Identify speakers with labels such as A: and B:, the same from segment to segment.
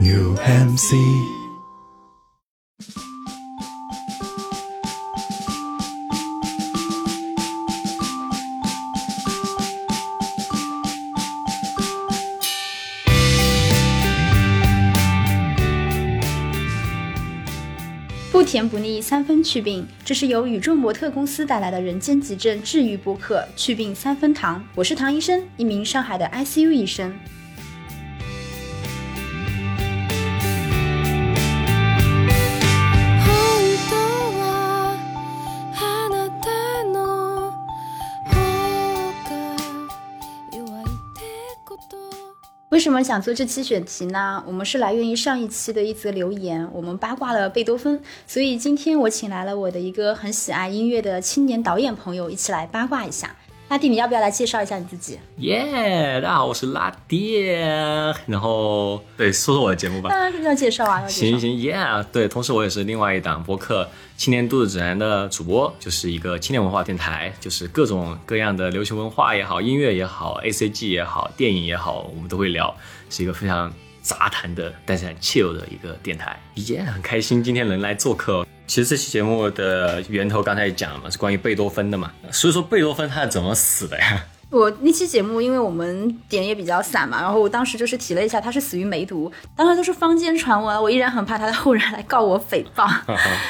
A: New Hampshire。
B: 不甜不腻，三分祛病。这是由宇宙模特公司带来的人间急症治愈播客《祛病三分糖》，我是唐医生，一名上海的 ICU 医生。
C: 本当はあなたの方が弱いってこと
B: 为什么想做这期选题呢？我们是来源于上一期的一则留言，我们八卦了贝多芬，所以今天我请来了我的一个很喜爱音乐的青年导演朋友，一起来八卦一下。拉蒂，你要不要来介绍一下你自己？
D: 耶大家好，我是拉爹。然后对，说说我的节目吧。
B: 当然要介绍啊，要介
D: 行
B: 绍。
D: 行耶对，同时我也是另外一档播客《青年都市指南》的主播，就是一个青年文化电台，就是各种各样的流行文化也好，音乐也好，A C G 也好，电影也好，我们都会聊，是一个非常杂谈的，但是很 chill 的一个电台。耶、很开心今天能来做客。哦其实这期节目的源头刚才也讲了嘛，是关于贝多芬的嘛，所以说贝多芬他是怎么死的呀？
B: 我那期节目，因为我们点也比较散嘛，然后我当时就是提了一下，他是死于梅毒，当然都是坊间传闻，我依然很怕他后人来告我诽谤。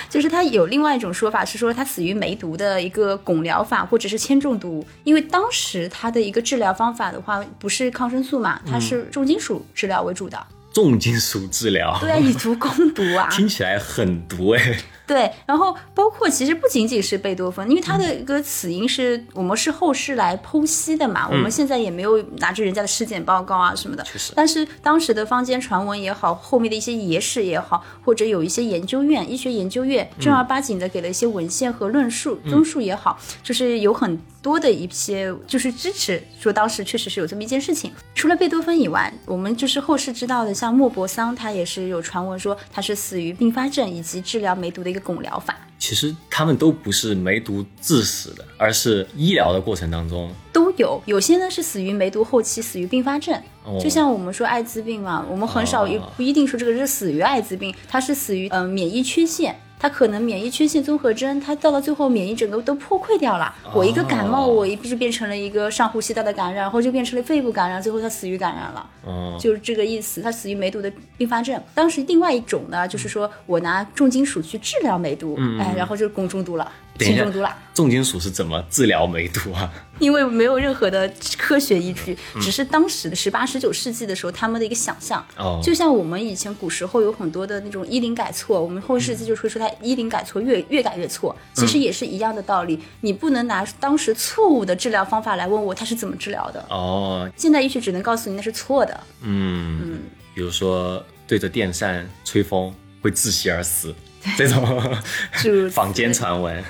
B: 就是他有另外一种说法是说他死于梅毒的一个汞疗法或者是铅中毒，因为当时他的一个治疗方法的话不是抗生素嘛，它是重金属治疗为主的，
D: 重金属治疗，
B: 对啊，以毒攻毒 啊，
D: 听起来很毒哎、
B: 对，然后包括其实不仅仅是贝多芬，因为他的一个死因是我们是后世来剖析的嘛，我们现在也没有拿着人家的尸检报告啊什么的。
D: 实
B: 但是当时的坊间传闻也好，后面的一些野史也好，或者有一些研究院、医学研究院正儿八经的给了一些文献和论述、综述也好，就是有很多的一些就是支持，说当时确实是有这么一件事情。除了贝多芬以外，我们就是后世知道的，像莫泊桑，他也是有传闻说他是死于并发症以及治疗梅毒的一个汞疗法，
D: 其实他们都不是梅毒致死的，而是医疗的过程当中，
B: 都有。有些呢是死于梅毒后期，死于并发症。
D: 哦
B: 就像我们说艾滋病嘛，我们很少也
D: 哦
B: 不一定说这个是死于艾滋病，它是死于嗯、呃免疫缺陷。它可能免疫缺陷综合征，它到了最后免疫整个都破溃掉了。我一个感冒，
D: 哦
B: 我一就变成了一个上呼吸道的感染，或者就变成了肺部感染，最后它死于感染了。
D: 嗯，
B: 就是这个意思，他死于梅毒的并发症。当时另外一种呢，就是说我拿重金属去治疗梅毒，哎，然后就汞中毒了，
D: 嗯等一
B: 铅
D: 下
B: 中毒了。
D: 重金属是怎么治疗梅毒啊？
B: 因为没有任何的科学依据，只是当时的十八、十九世纪的时候他们的一个想象。
D: 哦
B: 就像我们以前古时候有很多的那种医林改错，我们后世纪就会说它医林改错越越改越错，其实也是一样的道理。你不能拿当时错误的治疗方法来问我它是怎么治疗的，
D: 哦，
B: 现代医学只能告诉你那是错的。
D: 嗯，比如说对着电扇吹风会窒息而死，这种
B: 就
D: 坊间传闻，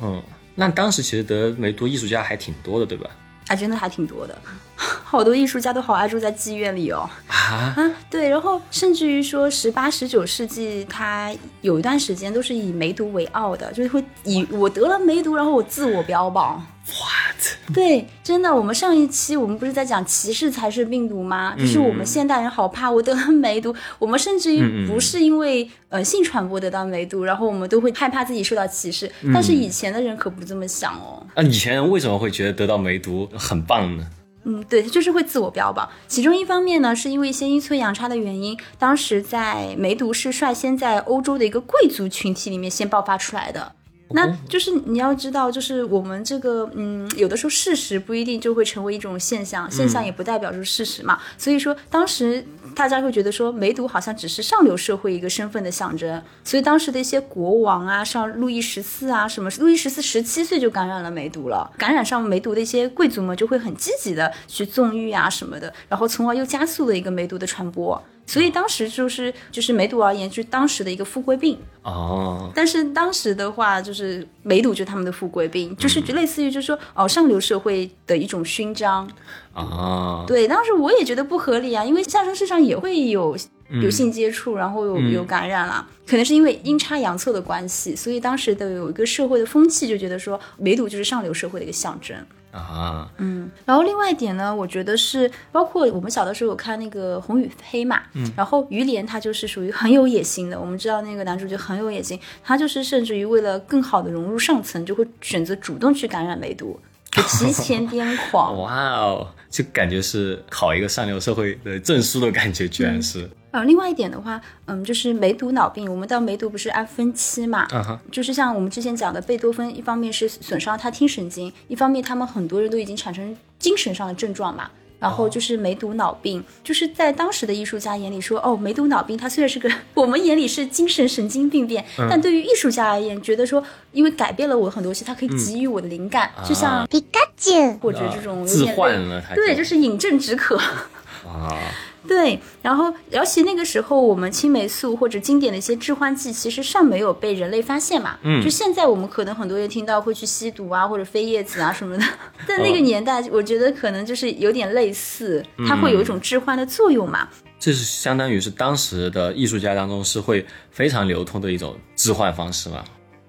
D: 嗯，那当时其实得梅毒艺术家还挺多的，对吧？
B: 还啊真的还挺多的， 好多艺术家都好爱住在妓院里哦。
D: 啊，
B: 啊，对，然后甚至于说十八、十九世纪，它有一段时间都是以梅毒为傲的，就是会以我得了梅毒，然后我自我标榜。
D: what？
B: 对，真的，我们上一期我们不是在讲歧视才是病毒吗？就是我们现代人好怕我得了梅毒，我们甚至于不是因为呃性传播得到梅毒，然后我们都会害怕自己受到歧视，但是以前的人可不这么想哦。
D: 那以前人为什么会觉得得到梅毒很棒呢？
B: 嗯，对，就是会自我标榜。其中一方面呢，是因为一些阴错阳差的原因，当时在梅毒是率先在欧洲的一个贵族群体里面先爆发出来的。那就是你要知道，就是我们这个，嗯，有的时候事实不一定就会成为一种现象，现象也不代表是事实嘛。所以说，当时大家会觉得说，梅毒好像只是上流社会一个身份的象征，所以当时的一些国王啊，像路易十四啊，什么路易十四十七岁就感染了梅毒了，感染上梅毒的一些贵族们就会很积极的去纵欲啊什么的，然后从而又加速了一个梅毒的传播。所以当时就是就是梅毒而言，就是当时的一个富贵病。
D: 哦，
B: 但是当时的话，就是梅毒就是他们的富贵病，就是类似于就是说哦上流社会的一种勋章。
D: 啊，
B: 对，当时我也觉得不合理啊，因为下身市上也会有有性接触，然后有、有感染啦、可能是因为阴差阳错的关系，所以当时的有一个社会的风气就觉得说，梅毒就是上流社会的一个象征。
D: 啊，
B: 然后另外一点呢，我觉得是包括我们小的时候有看那个《红与黑》嘛，嗯，然后于连他就是属于很有野心的。我们知道那个男主角很有野心，他就是甚至于为了更好的融入上层，就会选择主动去感染梅毒，就提前癫 狂。
D: 哇哦，就感觉是考一个上流社会的证书的感觉，居然是，
B: 然后另外一点的话，嗯，就是梅毒脑病，我们到梅毒不是按分期嘛，
D: 嗯哼，
B: 就是像我们之前讲的贝多芬，一方面是损伤他听神经，一方面他们很多人都已经产生精神上的症状嘛。然后就是梅毒脑病，就是在当时的艺术家眼里说，哦，梅毒脑病，它虽然是个 我们眼里是精神神经病变，但对于艺术家而言，觉得说，因为改变了我很多东西，它可以给予我的灵感，就像
A: 皮卡丘，
B: 或者这种有
D: 置
B: 点
D: 换
B: 类
D: 啊了他，
B: 啊对，就是饮鸩止渴。
D: 啊，
B: 对，然后尤其那个时候，我们青霉素或者经典的一些致幻剂，其实尚没有被人类发现嘛。嗯，就现在我们可能很多人听到会去吸毒啊，或者飞叶子啊什么的，但那个年代，我觉得可能就是有点类似，它会有一种致幻的作用嘛。
D: 这是相当于是当时的艺术家当中是会非常流通的一种置换方式嘛。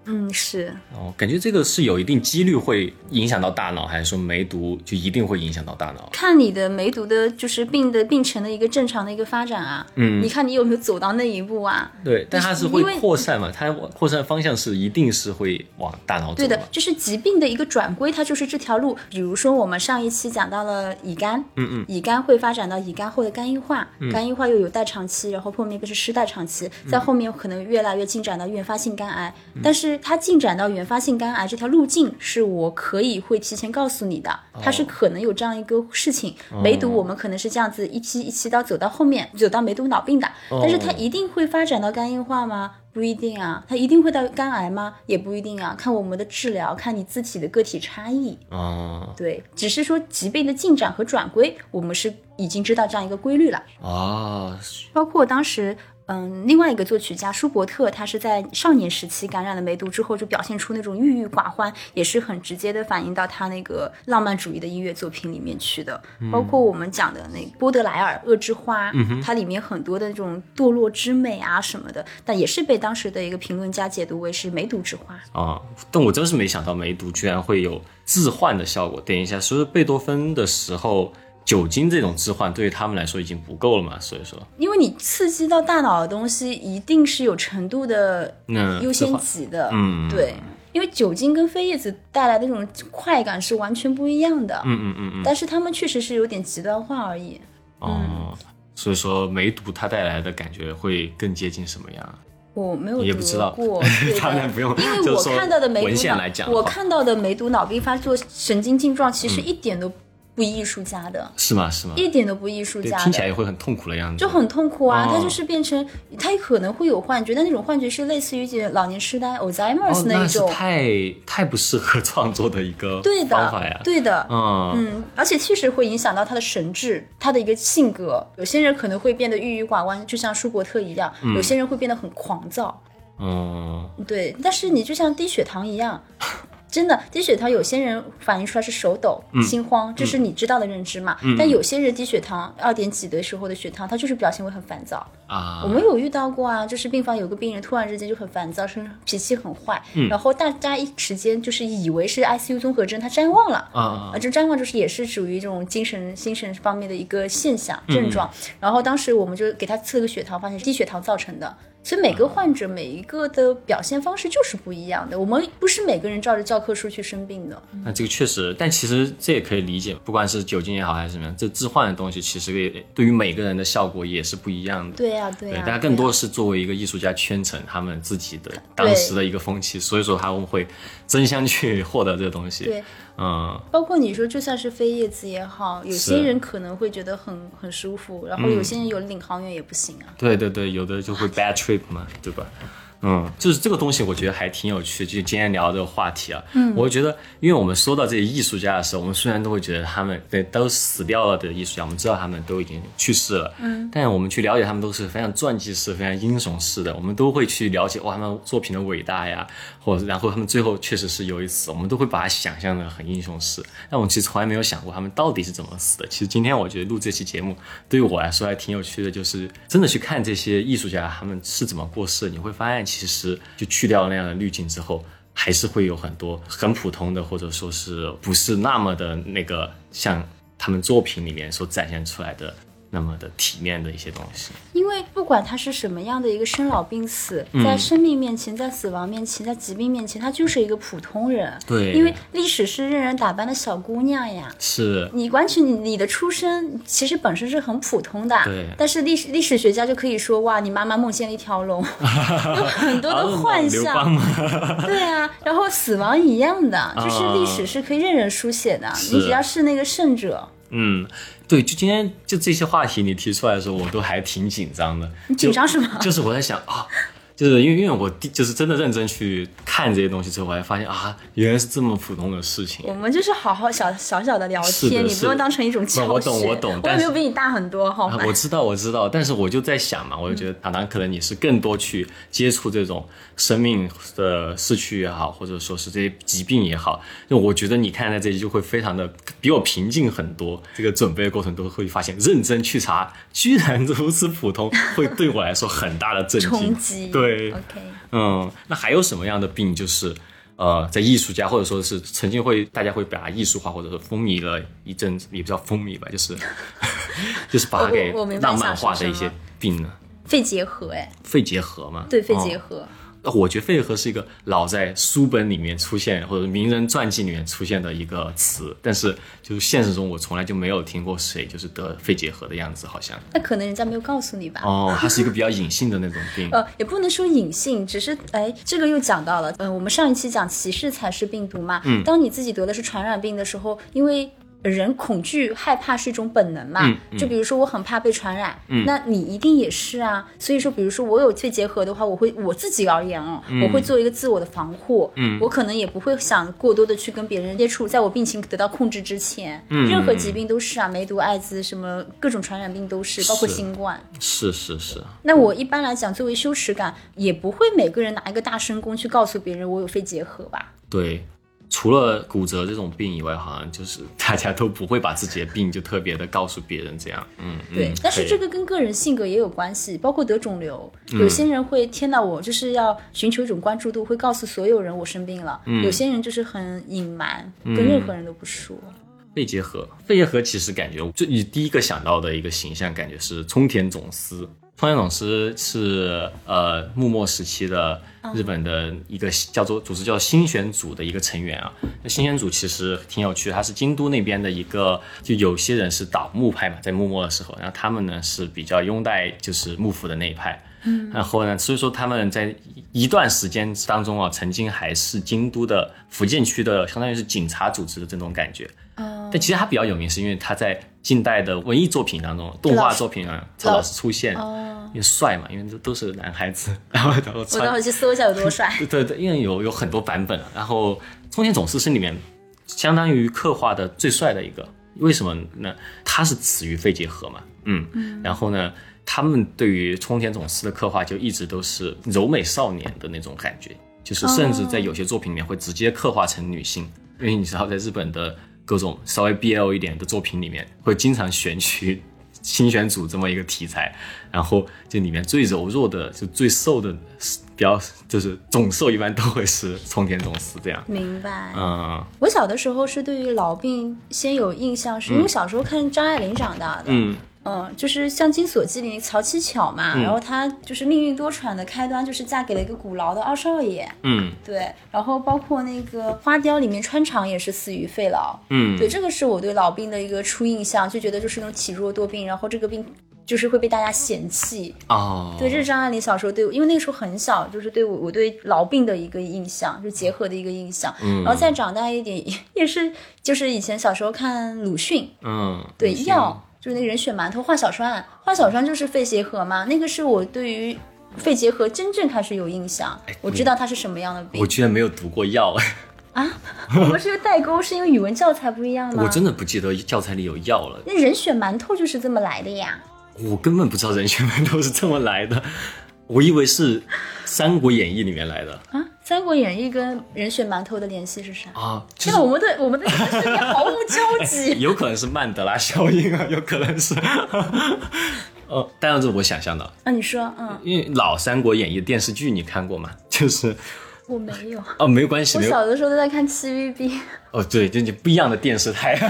B: 嗯，是。
D: 哦，感觉这个是有一定几率会影响到大脑，还是说梅毒就一定会影响到大脑？
B: 看你的梅毒的，就是病的病程的一个正常的一个发展啊。嗯，你看你有没有走到那一步啊？
D: 对，但它是
B: 因为
D: 会扩散嘛，它扩散方向是一定是会往大脑走
B: 对的
D: 嘛，
B: 就是疾病的一个转归，它就是这条路。比如说我们上一期讲到了乙肝，嗯嗯，乙肝会发展到乙肝后的肝硬化，肝硬化又有代偿期，然后后面就是失代偿期，在后面可能越来越进展到原发性肝癌。但是它进展到原发性肝癌这条路径，是我可以会提前告诉你的，它是可能有这样一个事情。梅毒我们可能是这样子一期一期到走到后面，走到梅毒脑病的，但是它
D: 哦
B: 一定会发展到肝硬化吗？不一定啊，它一定会到肝癌吗？也不一定啊，看我们的治疗，看你自己的个体差异。
D: 哦
B: 对，只是说疾病的进展和转归，我们是已经知道这样一个规律了。
D: 哦，
B: 包括当时，嗯，另外一个作曲家舒伯特，他是在少年时期感染了梅毒之后，就表现出那种郁郁寡欢，也是很直接的反映到他那个浪漫主义的音乐作品里面去的。包括我们讲的那个波德莱尔《恶之花》它里面很多的那种堕落之美啊什么的，但也是被当时的一个评论家解读为是梅毒之花。
D: 啊、但我真是没想到梅毒居然会有置换的效果。等一下，是不是贝多芬的时候酒精这种置换对于他们来说已经不够了嘛？所以说，
B: 因为你刺激到大脑的东西，一定是有程度的
D: 那
B: 优
D: 置
B: 先
D: 换
B: 级的，
D: 嗯
B: 对，因为酒精跟飞叶子带来的那种快感是完全不一样的，
D: 嗯嗯嗯嗯，
B: 但是他们确实是有点极端化而已。嗯
D: 哦，所以说梅毒它带来的感觉会更接近什么样？
B: 我没有
D: 也不知道
B: 得 过，对的
D: 当然不用
B: 因为
D: 就
B: 我
D: 是说
B: 看到的梅毒
D: 文献
B: 脑
D: 来讲的
B: 我
D: 话嗯
B: 看到的梅毒脑病发作神经症状其实一点都不艺术家的，
D: 是吗？是吗？
B: 一点都不艺术
D: 对
B: 家，的，
D: 听起来也会很痛苦的样子，
B: 就很痛苦啊
D: 哦，
B: 它就是变成它可能会有幻觉，但那种幻觉是类似于解老年痴呆 Alzheimer's
D: 哦，那
B: 一
D: 是
B: 种，
D: 太太不适合创作的一个
B: 对
D: 方法呀
B: 的，。对的，
D: 嗯，
B: 嗯，而且确实会影响到他的神智，他的一个性格。有些人可能会变得郁郁寡欢，就像舒伯特一样；有些人会变得很狂躁。
D: 嗯，
B: 对，但是你就像低血糖一样，真的低血糖，有些人反映出来是手抖、心慌，这是你知道的认知嘛？但有些人低血糖二点几的时候的血糖，他就是表现会很烦躁。
D: 啊，
B: 我们有遇到过啊，就是病房有个病人突然之间就很烦躁，是脾气很坏，
D: 嗯
B: 然后大家一时间就是以为是 ICU 综合征，他瞻望了。
D: 啊啊
B: 啊，这张望就是也是属于这种精神精神方面的一个现象
D: 嗯
B: 症状。然后当时我们就给他测了个血糖，发现是低血糖造成的。所以每
D: 啊
B: 个患者每一个的表现方式就是不一样的，我们不是每个人照着教科书去生病的。
D: 那这个确实，但其实这也可以理解，不管是酒精也好还是什么样，这置换的东西其实也对于每个人的效果也是不一样的。
B: 对呀、对啊呀、
D: 大家更多是作为一个艺术家圈层，他们自己的当时的一个风气，所以说他们会争相去 获得这个东西。
B: 对，
D: 嗯，
B: 包括你说，就算是飞叶子也好，有
D: 是嗯
B: 些人可能会觉得很很舒服，然后有些人有领航员也不行啊。
D: 对对对，有的就会 bad trip 嘛，对吧？嗯，就是这个东西，我觉得还挺有趣。就今天聊这个话题啊，嗯，我觉得，因为我们说到这些艺术家的时候，我们虽然都会觉得他们对都死掉了的艺术家，我们知道他们都已经去世了，嗯，但我们去了解他们都是非常传记式、非常英雄式的，我们都会去了解哇，他们作品的伟大呀，或者然后他们最后确实是有一死，我们都会把它想象的很英雄式。但我其实从来没有想过他们到底是怎么死的。其实今天我觉得录这期节目对于我来说还挺有趣的，就是真的去看这些艺术家他们是怎么过世，你会发现其实就去掉那样的滤镜之后，还是会有很多很普通的，或者说是不是那么的那个像他们作品里面所展现出来的那么的体面的一些东西。
B: 因为不管它是什么样的一个生老病死，
D: 嗯
B: 在生命面前，在死亡面前，在疾病面前，他就是一个普通人。
D: 对
B: 因为历史是任人打扮的小姑娘呀。
D: 是，
B: 你完全你你的出身其实本身是很普通的，
D: 对
B: 但是历史历史学家就可以说哇，你妈妈梦见了一条 龙，有很多的幻
D: 刘邦
B: 象，
D: 嘛，
B: 对啊。然后死亡一样的，就是
D: 啊
B: 历史是可以任人书写的，
D: 是
B: 你只要是那个胜者，
D: 嗯，对，就今天就这些话题你提出来的时候，我都还挺紧张的。
B: 你紧张什 么？
D: 就是我在想啊，就是因为因为我第就是真的认真去看这些东西之后，我还发现啊，原来是这么普通的事情
B: 我。们就是好好小小小的聊
D: 是的
B: 天，你
D: 是
B: 不
D: 的
B: 用当成一种教学。
D: 我懂我懂
B: 我
D: 但
B: 也没
D: 是
B: 有比你大很多，好
D: 啊
B: 吗？
D: 我知道，我知道，但是我就在想
B: 嗯
D: 嘛，我就觉得塔南可能你是更多去接触这种生命的逝去也好，或者说是这些疾病也好，就我觉得你看待这些就会非常的比我平静很多。这个准备的过程都会发现，认真去查，居然如此普通，会对我来说很大的震惊
B: 冲击
D: 对
B: OK，
D: 嗯，那还有什么样的病就是？呃，在艺术家或者说是曾经会大家会把它艺术化，或者说风靡了一阵子，也不叫风靡吧，就是 就是把它给
B: 我我我明白
D: 浪漫化的
B: 想
D: 一
B: 说什
D: 些
B: 么
D: 病呢？
B: 肺结核，哎，
D: 肺结核嘛，
B: 对，肺结核。
D: 核。呃我觉得肺结核是一个老在书本里面出现，或者名人传记里面出现的一个词，但是就是现实中我从来就没有听过谁就是得肺结核的样子，好像
B: 那可能人家没有告诉你吧。，
D: 哦，它是一个比较隐性的那种病
B: 呃，也不能说隐性，只是哎，这个又讲到了，嗯、我们上一期讲歧视才是病毒嘛。嗯当你自己得的是传染病的时候，因为人恐惧害怕是一种本能嘛。
D: 嗯嗯
B: 就比如说我很怕被传染，那你一定也是啊。所以说，比如说我有肺结核的话，我会我自己而言哦，
D: 嗯
B: 我会做一个自我的防护。嗯，我可能也不会想过多的去跟别人接触，在我病情得到控制之前，嗯任何疾病都是啊，梅毒、艾滋什么各种传染病都是，包括
D: 是
B: 新冠。
D: 是是是，
B: 那我一般来讲，作为羞耻感，也不会每个人拿一个大声公去告诉别人我有肺结核吧？
D: 对，除了骨折这种病以外，好像就是大家都不会把自己的病就特别的告诉别人，这样，嗯，
B: 对，
D: 嗯
B: 但是这
D: 对
B: 个跟个人性格也有关系，包括得肿瘤，有些人会天呐，我就是要寻求一种关注度，会告诉所有人我生病了；有些人就是很隐瞒，跟任何人都不说。
D: 肺结核，肺结核其实感觉就你第一个想到的一个形象，感觉是冲田总司。冲田总司是呃幕末时期的日本的一个叫做组织叫新选组的一个成员啊。那新选组其实挺有趣的，它是京都那边的一个，就有些人是倒幕派嘛，在幕末的时候，然后他们呢是比较拥戴就是幕府的那一派。然后呢，所以说他们在一段时间当中啊，曾经还是京都的福建区的，相当于是警察组织的这种感觉。但其实它比较有名，是因为它在近代的文艺作品当中、动画作品啊，他
B: 老
D: 老是出现，因为帅嘛，因为这都是男孩子，然后然后
B: 我待
D: 穿
B: 会儿去搜一下有多 帅。
D: 对对对，因为有有很多版本啊。然后《冲田总司》是里面相当于刻画的最帅的一个，为什么呢？他是死于肺结核嘛，嗯，然后呢，他们对于冲田总司的刻画就一直都是柔美少年的那种感觉，就是
B: 哦
D: 甚至在有些作品里面会直接刻画成女性，因为你知道在日本的各种稍微 BL 一点的作品里面，会经常选取新选组这么一个题材，然后这里面最柔弱的、就最瘦的，比较就是总瘦一般都会是冲田总司这样。
B: 明白。
D: 嗯
B: 我小的时候是对于老病先有印象，是因为小时候看张爱玲长大的。
D: 嗯，
B: 嗯，就是像《金锁记》里曹七巧嘛，然后她就是命运多舛的开端，就是嫁给了一个古老的二少爷。
D: 嗯
B: 对，然后包括那个《花雕》里面穿肠也是死于肺痨。
D: 嗯
B: 对，这个是我对老病的一个初印象，就觉得就是那种体弱多病，然后这个病就是会被大家嫌弃。
D: 哦，
B: 对，这是张爱玲小时候对我，因为那个时候很小，就是对我我对老病的一个印象，就结核的一个印象。
D: 嗯
B: 然后再长大一点， 也是就是以前小时候看鲁迅，
D: 嗯，
B: 对
D: 女性
B: 药，就是那个人血馒头画小栓，画小栓就是肺结核嘛，那个是我对于肺结核真正开始有印象，我知道它是什么样的病
D: 哎我。居然没有读过药，哎
B: 我们这个代沟是因为语文教材不一样吗？
D: 我真的不记得教材里有药了，
B: 那人血馒头就是这么来的呀。
D: 我根本不知道人血馒头是这么来的，我以为是《三国演义》里面来的
B: 啊，《三国演义》跟人血馒头的联系是啥？
D: 啊，就
B: 天
D: 是
B: 呐，我们对我们对这个事情毫无交集。
D: 有可能是曼德拉效应啊，有可能是， 呃，当然这是我想象的，
B: 啊，你说，嗯，
D: 因为老《三国演义》电视剧你看过吗？就是
B: 我没有，
D: 哦，没有关系，
B: 我
D: 没有
B: 小的时候都在看 TVB，
D: 哦，对，这就不一样的电视台。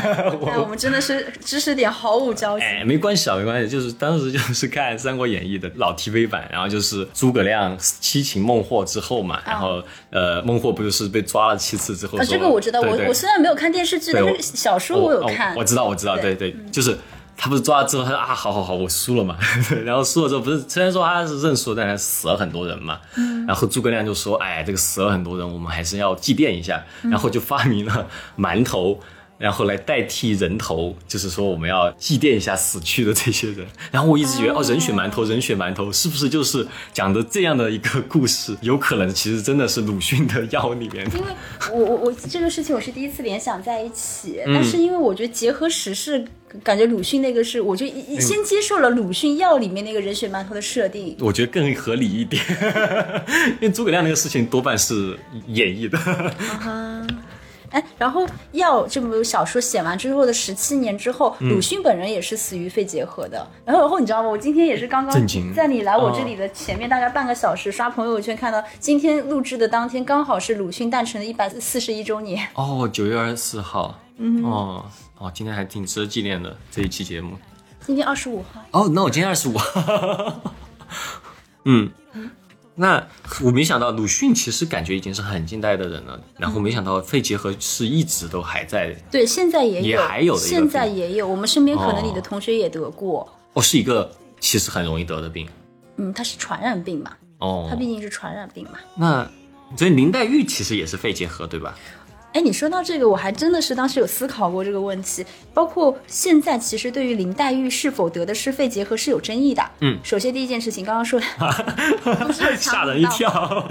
B: 哎，我们真的是知识点毫无交集。
D: 哦哎，没关系啊，没关系，就是当时就是看《三国演义》的老 TV 版，然后就是诸葛亮七擒孟获之后嘛，然后呃，孟获不就是被抓了七次之后
B: 啊，
D: 说，
B: 这个我知道，
D: 对
B: 我
D: 对
B: 我虽然没有看电视剧，
D: 对
B: 但
D: 我
B: 是小说我有
D: 哦
B: 看。
D: 我知道，我知道，对
B: 对嗯
D: 对，就是他不是抓了之后，他说啊，好好好，我输了嘛。 然后输了之后，不是虽然说他是认输了，但他死了很多人嘛。
B: 嗯
D: 然后诸葛亮就说，哎，这个死了很多人，我们还是要祭奠一下，
B: 嗯
D: 然后就发明了馒头。然后来代替人头，就是说我们要祭奠一下死去的这些人。 然后我一直觉得，哦，人血馒头，人血馒头，是不是就是讲的这样的一个故事？有可能其实真的是鲁迅的《药》里面的
B: 因为我我我这个事情我是第一次联想在一起，但
D: 嗯
B: 是因为我觉得结合时事，感觉鲁迅那个是，我就一一
D: 嗯
B: 先接受了鲁迅《药》里面那个人血馒头的设定。
D: 我觉得更合理一点， 因为诸葛亮那个事情多半是演绎的。
B: 哎，然后《药》这部小说写完之后的十七年之后，
D: 嗯
B: 鲁迅本人也是死于肺结核的。然后，然后你知道吗？我今天也是刚
D: 震
B: 刚
D: 惊哦
B: 在你来我这里的前面大概半个小时刷朋友圈，看到今天录制的当天刚好是鲁迅诞辰的一百四十一周年。
D: 哦，九月二十四号，嗯，哦，哦，今天还挺值得纪念的这一期节目。
B: 今天二十五号，
D: 哦，那我今天二十五， 嗯，那我没想到鲁迅其实感觉已经是很近代的人了，然后没想到肺结核是一直都还在，
B: 对，现在也有，
D: 也还有的一个
B: 现在也有。我们身边可
D: 哦
B: 能你的同学也得过，
D: 哦，是一个其实很容易得的病。
B: 嗯，它是传染病嘛，
D: 哦
B: 它，毕竟是传染病嘛。
D: 那所以林黛玉其实也是肺结核对吧？
B: 哎，你说到这个，我还真的是当时有思考过这个问题，包括现在其实对于林黛玉是否得的是肺结核是有争议的。
D: 嗯
B: 首先第一件事情，刚刚说 的，
D: 吓人一跳。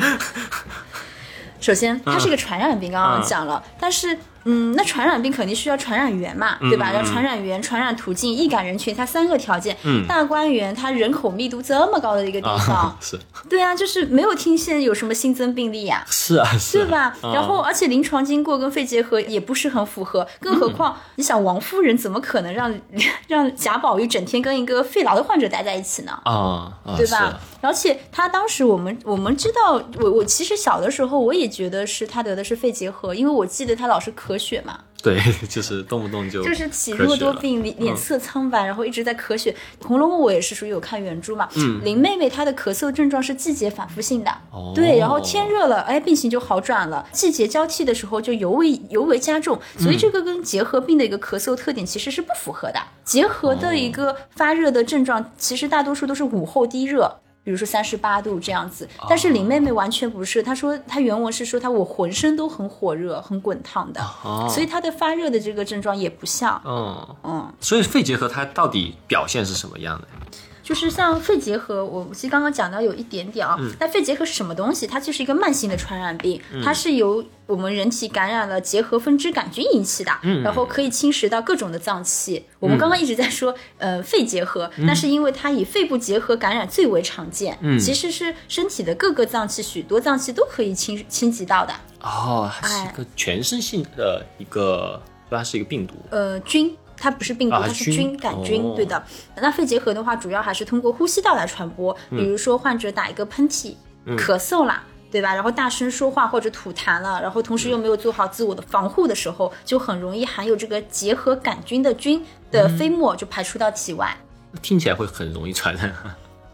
B: 首先它是
D: 嗯
B: 一个传染病，刚刚
D: 嗯嗯
B: 讲了，但是。嗯，那传染病肯定需要传染源嘛，对吧？要传染源、传染途径、易感人群，它三个条件。
D: 嗯
B: 大观园它人口密度这么高的一个地方，
D: 啊， 是
B: 对啊，就是没有听现有什么新增病例呀、
D: 是啊，是啊
B: 对吧？
D: 嗯
B: 然后，而且临床经过跟肺结核也不是很符合，更
D: 嗯
B: 何况、你想，王夫人怎么可能让 让贾宝玉整天跟一个肺痨的患者待在一起呢？
D: 啊，啊
B: 对
D: 是
B: 吧？而且他当时我们我们知道，我我其实小的时候我也觉得是他得的是肺结核，因为我记得他老是咳血嘛，
D: 对， 就是动不动就
B: 就是体
D: 咳血
B: 弱多
D: 了嗯
B: 病，脸脸色苍白，然后一直在咳血。红楼梦我也是属于有看原著嘛，林妹妹她的咳嗽症状是季节反复性的，
D: 嗯哦
B: 对，然后天热了，哎，病情就好转了，季节交替的时候就尤为尤为加重，所
D: 嗯
B: 以这个跟结核病的一个咳嗽特点其实是不符合的。结核的一
D: 哦
B: 个发热的症状，其实大多数都是午后低热。比如说三十八度这样子，但是
D: 哦
B: 林妹妹完全不是，她说她原文是说她我浑身都很火热、很滚烫 的，
D: 哦
B: 所以它的发热的这个症状也不像，
D: 嗯，
B: 嗯，
D: 所以肺结核它到底表现是什么样的？
B: 就是像肺结核，我其实刚刚讲到有一点点啊、那肺结核是什么东西？它就是一个慢性的传染病，它是由我们人体感染了结核分支杆菌引起的，然后可以侵蚀到各种的脏器。我们刚刚一直在说，呃，肺结核，那是因为它以肺部结核感染最为常见，其实是身体的各个脏器，许多脏器都可以侵侵及到的，
D: 哦，它是一
B: 哎
D: 个全身性的一个，它是一个病毒。
B: 呃菌，它不是病毒，
D: 啊
B: 它是菌
D: 菌
B: 杆菌，
D: 哦
B: 对的。那肺结核的话，主要还是通过呼吸道来传播，
D: 嗯
B: 比如说患者打一个喷嚏、咳嗽啦。对吧？然后大声说话或者吐痰了，然后同时又没有做好自我的防护的时候，就很容易含有这个结核杆菌的菌的飞
D: 嗯
B: 沫就排出到体外。
D: 听起来会很容易传染，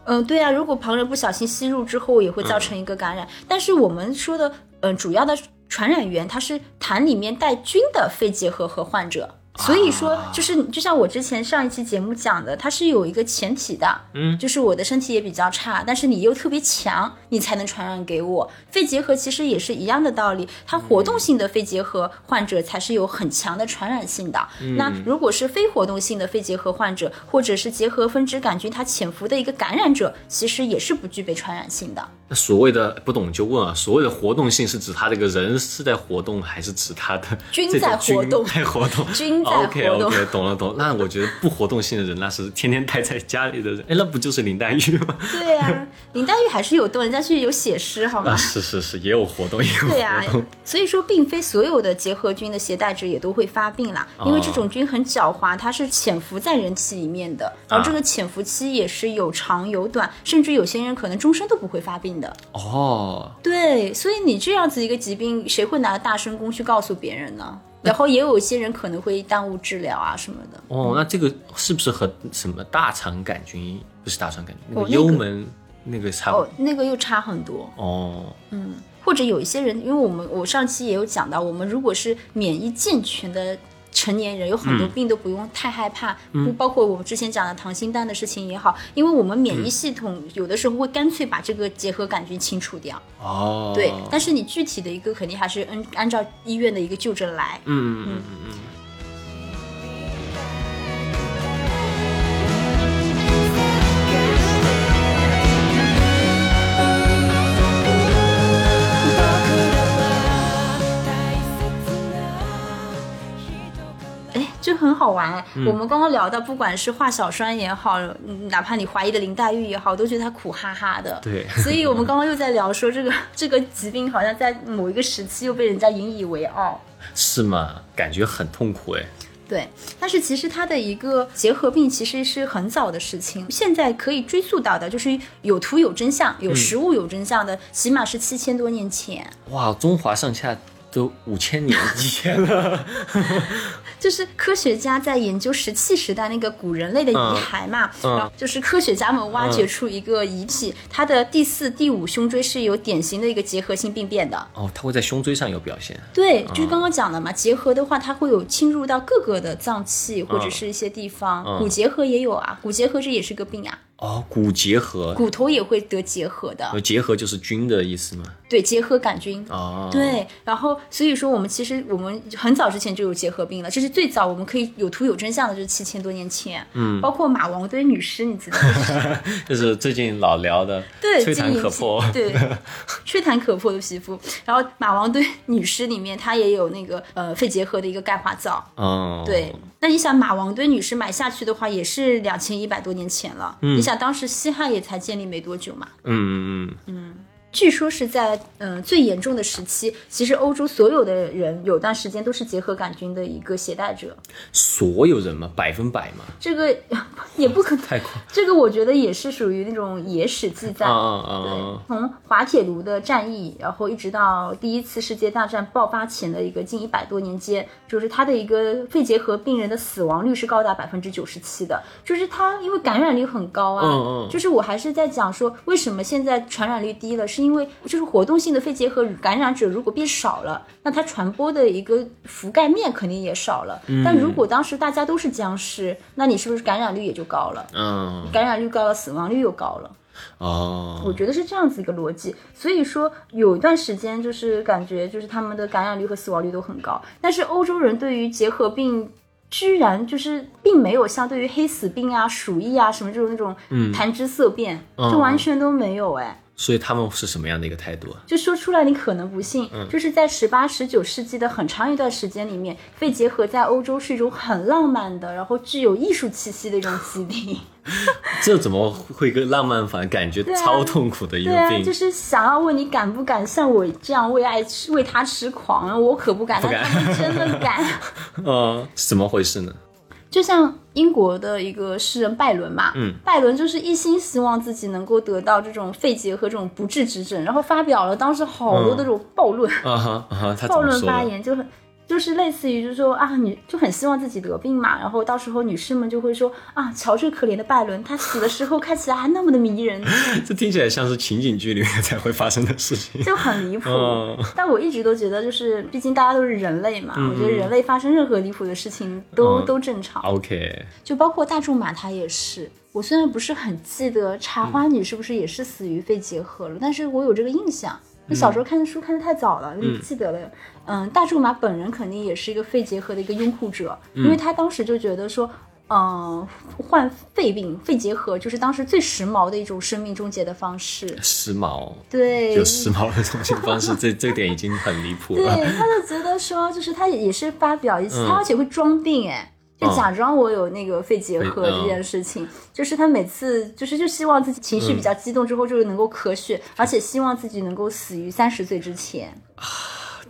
B: 嗯，对啊，如果旁人不小心吸入之后，也会造成一个感染。但是我们说的，嗯、主要的传染源它是痰里面带菌的肺结核和患者。所以说，就是就像我之前上一期节目讲的，它是有一个前提的，
D: 嗯
B: 就是我的身体也比较差，但是你又特别强，你才能传染给我。肺结核其实也是一样的道理，它活动性的肺结核患者才是有很强的传染性的。那如果是非活动性的肺结核患者，或者是结核分支杆菌它潜伏的一个感染者，其实也是不具备传染性的。
D: 那所谓的不懂就问啊，所谓的活动性是指他这个人是在活动，还是指他的
B: 菌
D: 这个
B: 在活动
D: 在活动？
B: 菌天在活动。
D: OK OK，懂了懂了。那我觉得不活动性的人，那是天天待在家里的人。哎，那不就是林黛玉吗？
B: 对呀、 林黛玉还是有动，人家是有写诗，好吗
D: 啊，？是是是，也有活 动，也有
B: 对呀、
D: 活动。
B: 所以说并非所有的结核菌的携带者也都会发病啦，因为这种菌很狡猾，它是潜伏在人体里面的，然后这个潜伏期也是有长有短，甚至有些人可能终身都不会发病的。
D: 哦，
B: 对，所以你这样子一个疾病，谁会拿大声公去告诉别人呢？然后也有一些人可能会耽误治疗啊什么的。
D: 哦，那这个是不是和什么大肠杆菌不是大肠杆菌，那
B: 哦
D: 个
B: 那个
D: 幽门那个差不
B: 哦
D: 多？，
B: 那个又差很多。
D: 哦，
B: 或者有一些人，因为我们我上期也有讲到，我们如果是免疫健全的成年人，有很多病都不用太害怕，不包括我们之前讲的溏心蛋的事情也好，因为我们免疫系统有的时候会干脆把这个结核杆菌清除掉。
D: 哦，
B: 对，但是你具体的一个肯定还是按按照医院的一个就诊来。
D: 嗯嗯嗯嗯嗯。
B: 哎，这很好玩哎！我们刚刚聊到，不管是画小栓也好，嗯哪怕你怀疑的林黛玉也好，都觉得她苦哈哈的。
D: 对
B: 所以我们刚刚又在聊说，这个这个疾病好像在某一个时期又被人家引以为傲。
D: 是吗？感觉很痛苦哎。
B: 对，但是其实它的一个结核病其实是很早的事情，现在可以追溯到的，就是有图有真相，有实物有真相的，起码是七千多年前。
D: 哇，中华上下都五千 年以前了。
B: 就是科学家在研究石器时代那个古人类的遗骸嘛，
D: 嗯
B: 然后就是科学家们挖掘出一个遗体，它的第四、第五胸椎是有典型的一个结核性病变的。
D: 哦，它会在胸椎上有表现。
B: 对，就是刚刚讲的
D: 嗯
B: 嘛，结核的话，它会有侵入到各个的脏器或者
D: 嗯
B: 是一些地方，
D: 嗯
B: 骨结核也有啊，骨结核这也是个病啊，
D: 哦，骨结核，
B: 骨头也会得结核的，
D: 呃结核就是菌的意思吗？
B: 对，结核杆菌。
D: 哦，，
B: 对，然后所以说我们其实我们很早之前就有结核病了，这是最早我们可以有图有真相的，就是七千多年前。嗯，包括马王堆女尸，你记得吗？
D: 就是最近老聊的，
B: 对，
D: 摧残
B: 金银
D: 可
B: 器
D: 破。
B: 对，吹弹可破的皮肤。然后马王堆女尸里面，它也有那个呃肺结核的一个钙化灶。
D: 哦，
B: 对，那你想马王堆女尸买下去的话，也是两千一百多年前了。嗯，你想当时西汉也才建立没多久嘛，
D: 嗯嗯嗯，
B: 据说是在嗯、呃最严重的时期，其实欧洲所有的人有段时间都是结核杆菌的一个携带者。
D: 所有人嘛，百分百嘛，
B: 这个 也不可能，
D: 太快。
B: 这个我觉得也是属于那种野史记载。
D: 啊啊
B: 对
D: 啊！，
B: 从滑铁卢的战役，然后一直到第一次世界大战爆发前的一个近一百多年间，就是他的一个肺结核病人的死亡率是高达百分之九十七的，就是他因为感染率很高啊，
D: 嗯嗯
B: 就是我还是在讲说为什么现在传染率低了，是因为就是活动性的肺结核感染者如果变少了，那它传播的一个覆盖面肯定也少了，
D: 嗯
B: 但如果当时大家都是僵尸，那你是不是感染率也就高了？
D: 嗯
B: 感染率高了，死亡率又高了。我
D: 哦，
B: 觉得是这样子一个逻辑，所以说有一段时间就是感觉就是他们的感染率和死亡率都很高，但是欧洲人对于结核病居然就是并没有像对于黑死病啊、鼠疫啊什么这种那种谈之色变，就完全都没有哎。
D: 所以他们是什么样的一个态度啊？
B: 就说出来你可能不信，就是在十八、十九世纪的很长一段时间里面，肺结核在欧洲是一种很浪漫的，然后具有艺术气息的一种 疾病。
D: 这怎么会跟浪漫反感觉
B: 啊
D: 超痛苦的一个
B: 对啊，
D: 病
B: 就？是想要问你敢不敢像我这样为爱痴为他痴狂，我可不敢，
D: 不
B: 但
D: 敢
B: 他们真的 敢。
D: 嗯，是怎么回事呢？
B: 就像英国的一个诗人拜伦嘛，
D: 嗯
B: 拜伦就是一心希望自己能够得到这种肺结核这种不治之症，然后发表了当时好多的这种暴论、
D: 啊哈啊哈，他怎
B: 暴
D: 么
B: 论
D: 说
B: 发
D: 的？
B: 言，就很。就是类似于，就是说啊，女就很希望自己得病嘛，然后到时候女士们就会说啊，瞧这可怜的拜伦，他死的时候看起来还那么的迷人，
D: 这听起来像是情景剧里面才会发生的 事情。
B: 就很离谱。
D: 嗯
B: 但我一直都觉得，就是毕竟大家都是人类嘛，我觉得人类发生任何离谱的事情都、
D: 嗯
B: 都正常，
D: OK，
B: 就包括大众马它也是。我虽然不是很记得茶花女是不是也是死于肺结核了，但是我有这个印象。你
D: 嗯
B: 小时候看的书看的太早了，你不记得了。嗯
D: 嗯
B: 嗯，大仲马本人肯定也是一个肺结核的一个拥护者，因为他当时就觉得说。呃患肺病、肺结核，就是当时最时髦的一种生命终结的方式。
D: 时髦，
B: 对，
D: 就时髦的东西 方式，这这点已经很离谱
B: 对，
D: 了。
B: 他就觉得说，就是他也是发表一次，
D: 嗯
B: 他而且会装病哎。就
D: 嗯
B: 假装我有那个肺结核
D: 嗯
B: 这件事情，就是他每次就是就希望自己情绪比较激动之后就是能够咳血，
D: 嗯
B: 而且希望自己能够死于三十岁之前。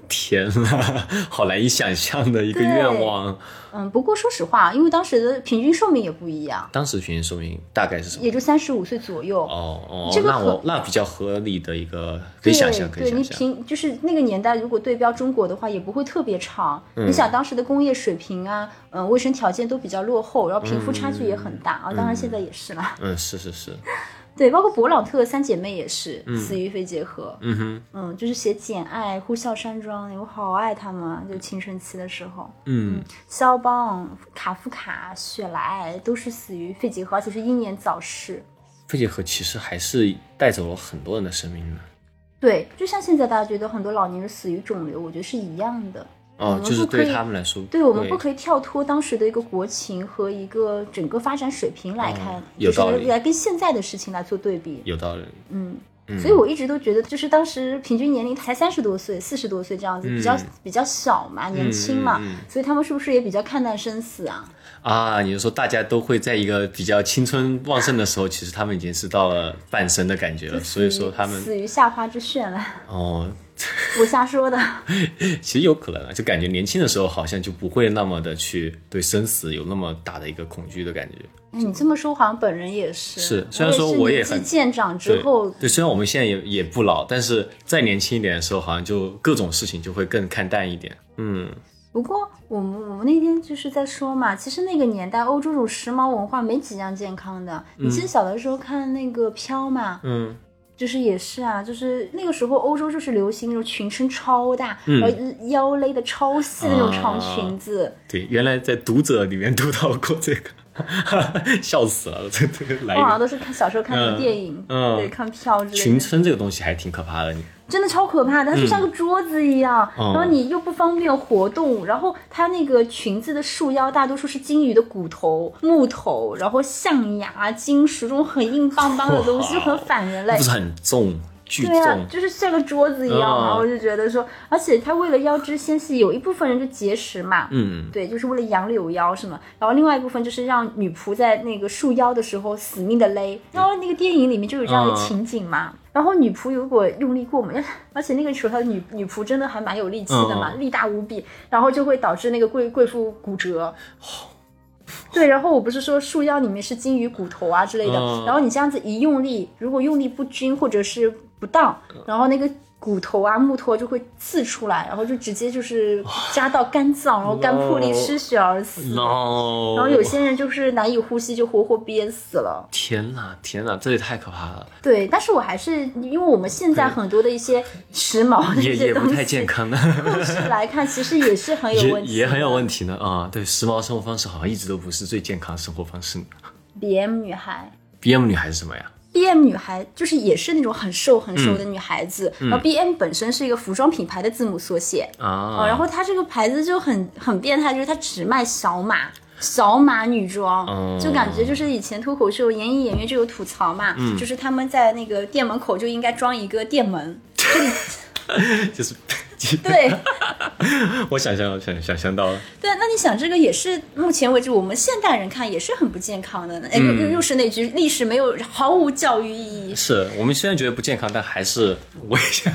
D: 天呐，好难以想象的一个
B: 对
D: 愿望。
B: 嗯，不过说实话，因为当时的平均寿命也不一样，
D: 当时平均寿命大概是什么
B: 也？就三十五岁左右。
D: 哦哦，
B: 这个
D: 那
B: 可
D: 我那比较合理的一个，可
B: 对
D: 以想象，可以
B: 对
D: 想
B: 你
D: 象。
B: 平就是那个年代，如果对标中国的话，也不会特别长。
D: 嗯
B: 你想当时的工业水平啊，嗯、卫生条件都比较落后，然后贫富差距也很大、啊。当然现在也是啦。
D: 嗯，是是是，
B: 对，包括勃朗特三姐妹也是、死于肺结核。
D: 嗯哼，
B: 嗯，就是写《简爱》《呼啸山庄》，我好爱他们啊，就青春期的时候。
D: 嗯，
B: 肖邦、卡夫卡、雪莱都是死于肺结核，而且是英年早逝。
D: 肺结核其实还是带走了很多人的生命的。
B: 对，就像现在大家觉得很多老年人死于肿瘤，我觉得是一样的。我
D: 哦，
B: 们
D: 就是
B: 不可
D: 对
B: 以
D: 他们来说，
B: 对我们
D: 会
B: 不可以跳脱当时的一个国情和一个整个发展水平来看，
D: 嗯有道
B: 就
D: 理
B: 是来跟现在的事情来做对比。
D: 有道理。
B: 嗯，
D: 嗯，
B: 所以我一直都觉得，就是当时平均年龄才三十多岁、四十多岁这样子，
D: 嗯
B: 比较比较小嘛，年轻嘛，
D: 嗯嗯
B: 所以他们是不是也比较看淡生死啊？
D: 啊，你是说大家都会在一个比较青春旺盛的时候，其实他们已经是到了半生的感觉了，呃所以说他们
B: 死于夏花之绚烂，
D: 哦，
B: 我瞎说的。 哎
D: 其实有可能啊，就感觉年轻的时候好像就不会那么的去对生死有那么大的一个恐惧的感觉。
B: 哎你这么说，好像本人也是。
D: 是虽然说我也
B: 也是
D: 很
B: 年纪渐长
D: 对
B: 之后，
D: 对，虽然我们现在也也不老，但是再年轻一点的时候，好像就各种事情就会更看淡一点。嗯，
B: 不过我们我们那天就是在说嘛，其实那个年代欧洲这种时髦文化没几样健康的。你记得小的时候看那个飘嘛，
D: 嗯，
B: 就是也是啊，就是那个时候欧洲就是流行那种裙身超大，
D: 嗯啊
B: 然后腰勒的超细的那种长裙子。
D: 对，原来在《读者》里面 读到过这个，笑死了，这这个来
B: 我好像
D: 源。
B: 都是看小时候看的
D: 嗯
B: 电影，
D: 嗯
B: 对，看飘之类
D: 群
B: 的，
D: 称这个东西还挺可怕的，你
B: 真的超可怕的，它就像个桌子一样，
D: 嗯
B: 然后你又不方便活动，然后它那个裙子的束腰大多数是金鱼的骨头、木头，然后象牙、金属这种很硬邦邦的东西，就
D: 哇
B: 很反人类
D: 不。是很重，巨
B: 对啊
D: 重，，
B: 就是像个桌子一样嘛，
D: 嗯
B: 我就觉得说，而且它为了腰肢纤细，有一部分人就节食嘛，
D: 嗯。
B: 对，就是为了杨柳腰是吗？然后另外一部分就是让女仆在那个束腰的时候死命的勒，然后那个电影里面就有这样的
D: 嗯
B: 情景嘛。然后女仆如果用力过猛， 而且那个时候她的女女仆真的还蛮有力气的嘛，
D: 嗯
B: 力大无比，然后就会导致那个贵贵妇骨折。
D: 哦
B: 对，然后我不是说束腰里面是金鱼骨头啊之类的，
D: 嗯
B: 然后你这样子一用力，如果用力不均或者是不当，
D: 嗯
B: 然后那个骨头啊木头就会刺出来，然后就直接就是扎到肝脏，然后肝破裂失血而
D: 嗯
B: 死。
D: no，
B: 然后有些人就是难以呼吸，就活活憋死了。
D: 天呐，天呐，这也太可怕了，
B: 对，但是我还是因为我们现在很多的一些时髦的
D: 也
B: 一些
D: 也
B: 东
D: 不
B: 西，
D: 太 健康的，
B: 后世来看，其实也是很有
D: 也
B: 问题，
D: 也很有问。题呢啊、对，时髦生活方式好像一直都不是最健康的生活方式呢。
B: BM 女孩，
D: B M 女孩是什么呀？
B: B M 女孩就是也是那种很瘦很
D: 嗯
B: 瘦的女孩子，然后 B M 本身是一个服装品牌的字母缩写，
D: 啊，
B: 哦，然后它这个牌子就很很变态，就是它只卖小码。小码女装，
D: 哦
B: 就感觉就是以前脱口秀演艺演员就有吐槽嘛，
D: 嗯
B: 就是他们在那个店门口就应该装一个店 门，
D: 就是
B: 对
D: 我想象想想象到了，
B: 对。那你想，这个也是目前为止我们现代人看也是很不健康的，哎，又又又是那句历史没有毫无教育意义，
D: 是我们虽然觉得不健康，但还是我也 想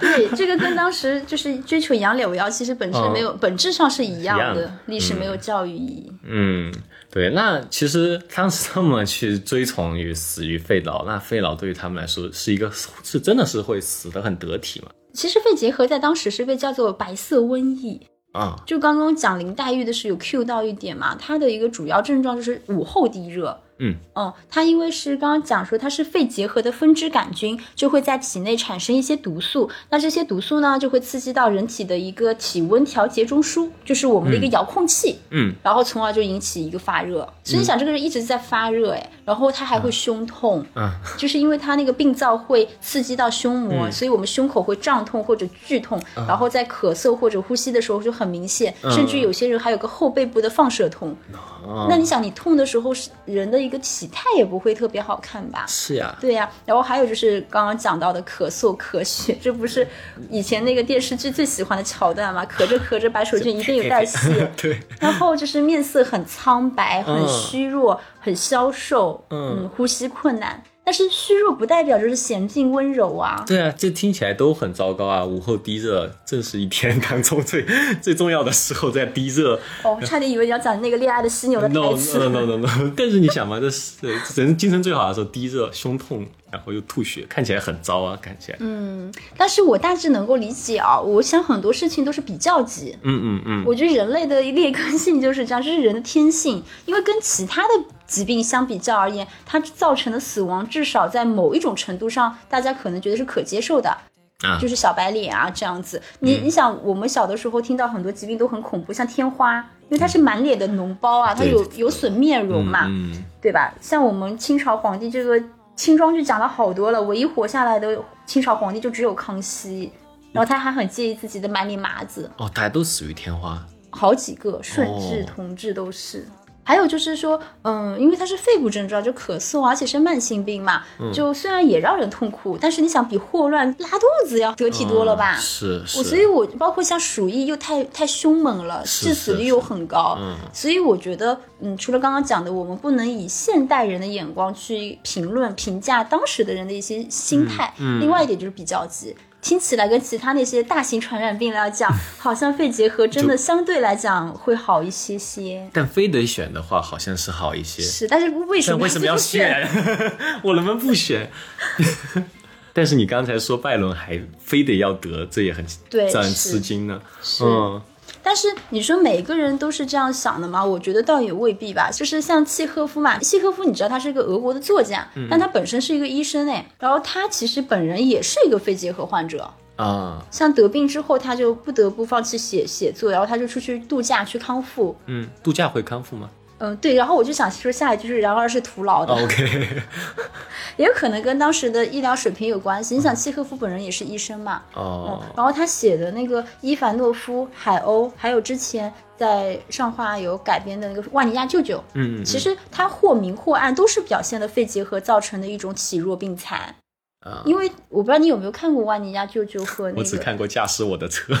B: 对，这个跟当时就是追求杨柳腰，其实本质没有，本质上是一样
D: 嗯一样
B: 的
D: 的，
B: 历史没有教育意义。
D: 嗯，对。那其实当时他们去追崇于死于肺痨，那肺痨对于他们来说是一个是真的是会死的很得体嘛？
B: 其实肺结核在当时是被叫做白色瘟疫，
D: 啊，
B: 就刚刚讲林黛玉的是有 cue 到一点嘛，它的一个主要症状就是午后低热。
D: 嗯，
B: 嗯，它因为是刚刚讲说它是肺结核的分支杆菌，就会在体内产生一些毒素，那这些毒素呢就会刺激到人体的一个体温调节中枢，就是我们的一个遥控器。
D: 嗯，
B: 然后从而就引起一个发热。所以你想，这个人一直在发热，哎，然后他还
D: 嗯
B: 会胸痛，
D: 啊
B: 就是因为他那个病灶会刺激到胸膜，
D: 嗯
B: 所以我们胸口会胀痛或者剧痛，
D: 啊
B: 然后在咳嗽或者呼吸的时候就很明显，甚至有些人还有个后背部的放射痛。
D: 嗯啊
B: 那你想，你痛的时候是人的一个体态也不会特别好看吧？
D: 是呀，
B: 对呀、然后还有就是刚刚讲到的咳嗽、咳血，这不是以前那个电视剧最喜欢的桥段吗？咳着咳着，白手绢一定有带血。
D: 对，
B: 然后就是面色很苍白、很
D: 嗯
B: 虚弱、很消瘦，
D: 嗯
B: 嗯，呼吸困难。但是虚弱不代表就是娴静温柔啊。
D: 对啊，这听起来都很糟糕啊！午后低热正是一天 当中最最重要的时候，在低热。
B: 哦，差点以为你要讲那个恋爱的犀牛的
D: No
B: 台词。
D: no no no no！但是你想嘛，这是人精神最好的时候，低热、胸痛，然后又吐血，看起来很糟啊，看起来。嗯
B: 但是我大致能够理解啊，我想很多事情都是比较级。
D: 嗯嗯
B: 我觉得人类的劣根性就是这样，这是人的天性。因为跟其他的疾病相比较而言，它造成的死亡至少在某一种程度上，大家可能觉得是可接受的，
D: 啊嗯
B: 就是小白脸啊这样子。你、你想，我们小的时候听到很多疾病都很恐怖，像天花，因为它是满脸的脓包啊，它
D: 对
B: 有有损面容嘛。
D: 嗯，
B: 对吧？像我们清朝皇帝这个清装剧讲了好多了，唯一活下来的清朝皇帝就只有康熙，然后他还很介意自己的满脸麻子，
D: 哦，大家都死于天花。
B: 好几个顺治、同治都是。还有就是说，嗯，因为它是肺部症状，就咳嗽啊，而且是慢性病嘛，就虽然也让人痛苦，但是你想比霍乱、拉肚子要得体多了吧？
D: 嗯是是。
B: 我所以，我包括像鼠疫又太太凶猛了，
D: 是
B: 致死
D: 是
B: 率
D: 是
B: 又很高，
D: 嗯
B: 所以我觉得，嗯，除了刚刚讲的，我们不能以现代人的眼光去评论评价当时的人的一些心态。
D: 嗯
B: 另外一点就是比较级。听起来跟其他那些大型传染病来讲，好像肺结核真的相对来讲会好一些些。
D: 但非得选的话，好像是好一些。
B: 是，但是为什
D: 但
B: 么
D: 为什么要
B: 就
D: 选？ 我能不能不选？但是你刚才说拜伦还非得要得，这也很
B: 对
D: 让人
B: 是
D: 吃惊呢。嗯，
B: 但是你说每个人都是这样想的吗？我觉得倒也未必吧。就是像契诃夫嘛，契诃夫你知道他是一个俄国的作家，但他本身是一个医生哎，然后他其实本人也是一个肺结核患者。
D: 啊，
B: 像得病之后，他就不得不放弃写写作，然后他就出去度假去康复。
D: 嗯，度假会康复吗、哦
B: 嗯，对。然后我就想说下来就是，然而是徒劳的，
D: o k
B: 也有可能跟当时的医疗水平有关系。你想，契诃夫本人也是医生嘛，嗯
D: 哦，，
B: 然后他写的那个伊凡诺夫、海鸥，还有之前在上画有改编的那个《万尼亚舅舅》，
D: 嗯嗯
B: 其实他或明或暗都是表现了肺结核造成的一种体弱病残。
D: 啊
B: 因为我不知道你有没有看过《万尼亚舅舅》和那
D: 我只
B: 个，
D: 看过驾驶我的车。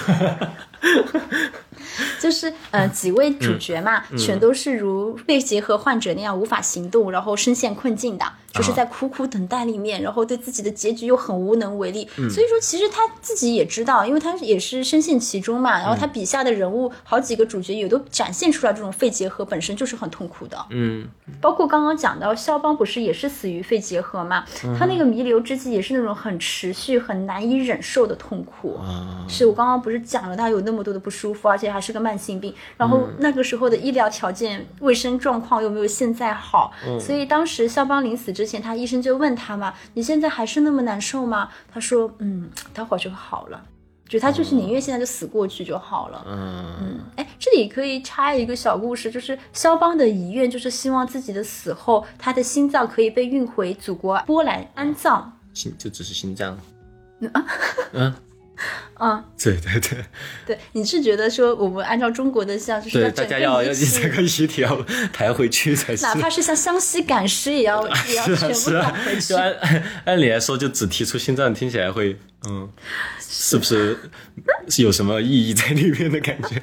B: 就是呃
D: 嗯
B: 几位主角嘛，全都是如肺结核患者那样无法行动，然后深陷困境的，就是
D: 啊
B: 在苦苦等待里面，然后对自己的结局又很无能为力。
D: 嗯
B: 所以说，其实他自己也知道，因为他也是深陷其中嘛，然
D: 嗯
B: 后他笔下的人物好几个主角也都展现出来这种肺结核本身就是很痛苦的。
D: 嗯，
B: 包括刚刚讲到肖邦不是也是死于肺结核嘛？
D: 嗯
B: 他那个弥留之际也是那种很持续、很难以忍受的痛苦。
D: 啊，
B: 是我刚刚不是讲了他有那么多的不舒服，而且还是个慢性病。然后
D: 嗯
B: 那个时候的医疗条件、卫生状况又没有现在好，
D: 嗯
B: 所以当时肖邦临死之前，他医生就问他嘛：“你现在还是那么难受吗？”他说：“嗯，待会儿就好了。”就他就是宁愿现在就死过去就好了。
D: 嗯，
B: 哎，这里可以插一个小故事，就是肖邦的遗愿，就是希望自己的死后，他的心脏可以被运回祖国波兰安葬。
D: 心就只是心脏。
B: 啊
D: 嗯，
B: 嗯，
D: 对 对对
B: 对，你是觉得说我们按照中国的像，就是
D: 对，
B: 要
D: 大
B: 整
D: 家
B: 个
D: 要
B: 遗
D: 要
B: 体
D: 这个遗体要抬回去才是。
B: 哪怕是像湘西赶尸，也要也要
D: 是
B: 全
D: 啊
B: 部
D: 是
B: 赶
D: 啊
B: 回，去
D: 就。按 按理来说，就只提出心脏，听起来会嗯，
B: 啊
D: 是不是是有什么意义在里面的感 觉？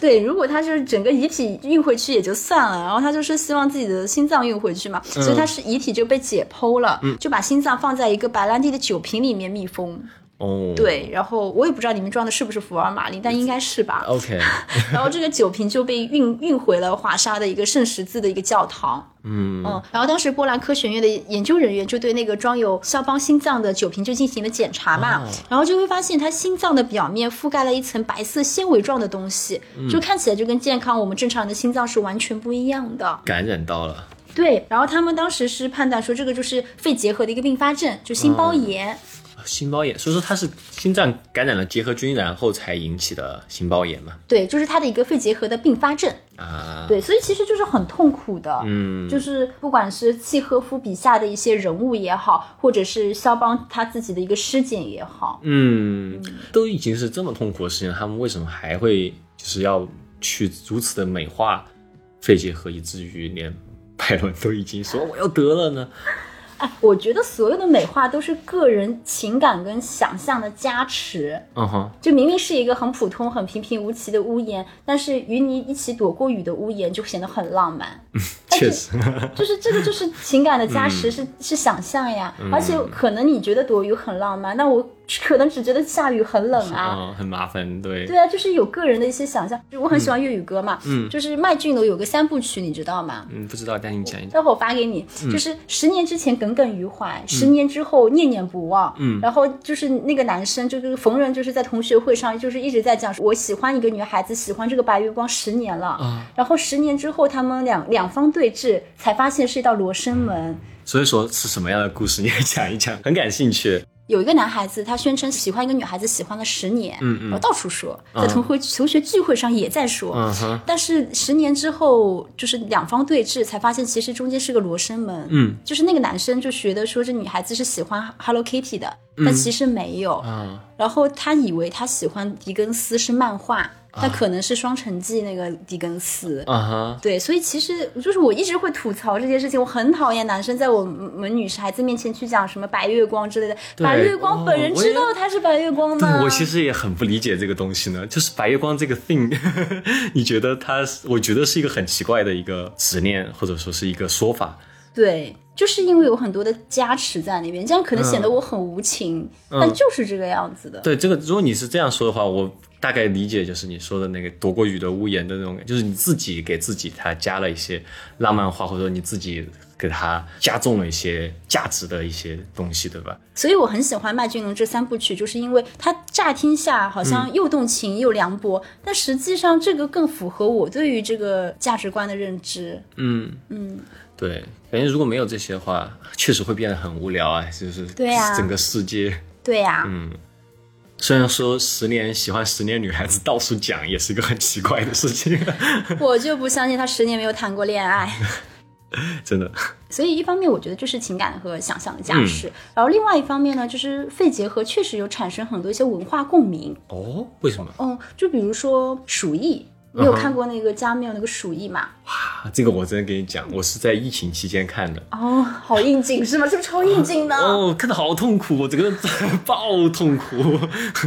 B: 对，如果他就是整个遗体运回去也就算了，然后他就是希望自己的心脏运回去嘛，
D: 嗯
B: 所以他是遗体就被解剖了，就把心脏放在一个白兰地的酒瓶里面密封。
D: 哦，
B: 对，然后我也不知道里面装的是不是福尔马林，但应该是吧。
D: ，OK，
B: 然后这个酒瓶就被运运回了华沙的一个圣十字的一个教堂。
D: 嗯，
B: 嗯，然后当时波兰科学院的研究人员就对那个装有肖邦心脏的酒瓶就进行了检查嘛，然后就会发现它心脏的表面覆盖了一层白色纤维状的东西，就看起来就跟健康我们正常人的心脏是完全不一样的。
D: 感染到了，
B: 对，然后他们当时是判断说这个就是肺结核的一个并发症，就心包炎。
D: 心包炎，所以说它是心脏感染了结核菌，然后才引起的心包炎嘛？
B: 对，就是它的一个肺结核的并发症。
D: 啊，
B: 对，所以其实就是很痛苦的。
D: 嗯，
B: 就是不管是契诃夫笔下的一些人物也好，或者是肖邦他自己的一个尸检也好，
D: 嗯，都已经是这么痛苦的事情了，他们为什么还会就是要去如此的美化肺结核，以至于连拜伦都已经说我要得了呢？
B: 哎，我觉得所有的美化都是个人情感跟想象的加持。
D: 嗯哼，
B: 就明明是一个很普通、很平平无奇的屋檐，但是与你一起躲过雨的屋檐就显得很浪漫。但
D: 确
B: 是
D: 实，
B: 就是这个，就是情感的加持是、
D: 嗯
B: 是想象呀。而且可能你觉得躲雨很浪漫，那我可能只觉得下雨很冷啊。
D: 嗯，很麻烦，对，
B: 对啊，就是有个人的一些想象。就我很喜欢粤语歌嘛，嗯，就是麦浚龙有个三部曲，你知道吗？
D: 嗯，不知道，但你讲一讲，
B: 待会儿我发给你，就是十年之前耿耿于怀，十年之后念念不忘。嗯，然后就是那个男生，就是逢人就是在同学会上，就是一直在讲，我喜欢一个女孩子，喜欢这个白月光十年了。
D: 啊
B: 然后十年之后，他们两两方对峙，才发现是一道罗生门。
D: 所以说是什么样的故事，你也讲一讲，很感兴趣。
B: 有一个男孩子，他宣称喜欢一个女孩子，喜欢了十年，
D: 嗯嗯
B: 我到处说，在同学同学聚会上也在说，
D: 嗯哼，
B: 但是十年之后，就是两方对峙，才发现其实中间是个罗生门。
D: 嗯，
B: 就是那个男生就觉得说这女孩子是喜欢 Hello Kitty 的，但其实没有。
D: 嗯啊，
B: 然后他以为他喜欢狄更斯是漫画，但可能是《双城记》那个狄更斯。
D: 啊哈，
B: 对，所以其实就是我一直会吐槽这件事情，我很讨厌男生在我们女孩子面前去讲什么白月光之类的。
D: 对
B: 白月光本人
D: 哦我也
B: 知道他是白月光
D: 对
B: 吗？
D: 我其实也很不理解这个东西呢，就是白月光这个 thing，你觉得它是，我觉得是一个很奇怪的一个执念，或者说是一个说法。
B: 对，就是因为有很多的加持在那边，这样可能显得我很无情，但就是这个样子的。
D: 对这个，如果你是这样说的话，我大概理解就是你说的那个躲过雨的屋檐的那种，就是你自己给自己它加了一些浪漫化，或者说你自己给它加重了一些价值的一些东西，对吧？
B: 所以我很喜欢麦浚龙这三部曲，就是因为它乍听下好像又动情又凉薄，但实际上这个更符合我对于这个价值观的认知。
D: 嗯嗯，对，感觉如果没有这些的话，确实会变得很无聊啊，就是
B: 对啊
D: 整个世界。
B: 对呀、
D: 虽然说十年喜欢十年女孩子到处讲，也是一个很奇怪的事情，
B: 我就不相信他十年没有谈过恋爱。
D: 真的。
B: 所以一方面我觉得这是情感和想象的加持，然后另外一方面呢，就是肺结核确实有产生很多一些文化共鸣。
D: 哦，为什么？
B: 嗯，就比如说《鼠疫》，你有看过那个加缪那个《鼠疫》吗？
D: 啊这个我真的跟你讲，我是在疫情期间看的。
B: 哦，好应景是吗？是不是超应景的？
D: 哦，看的好痛苦，我整个人爆痛苦。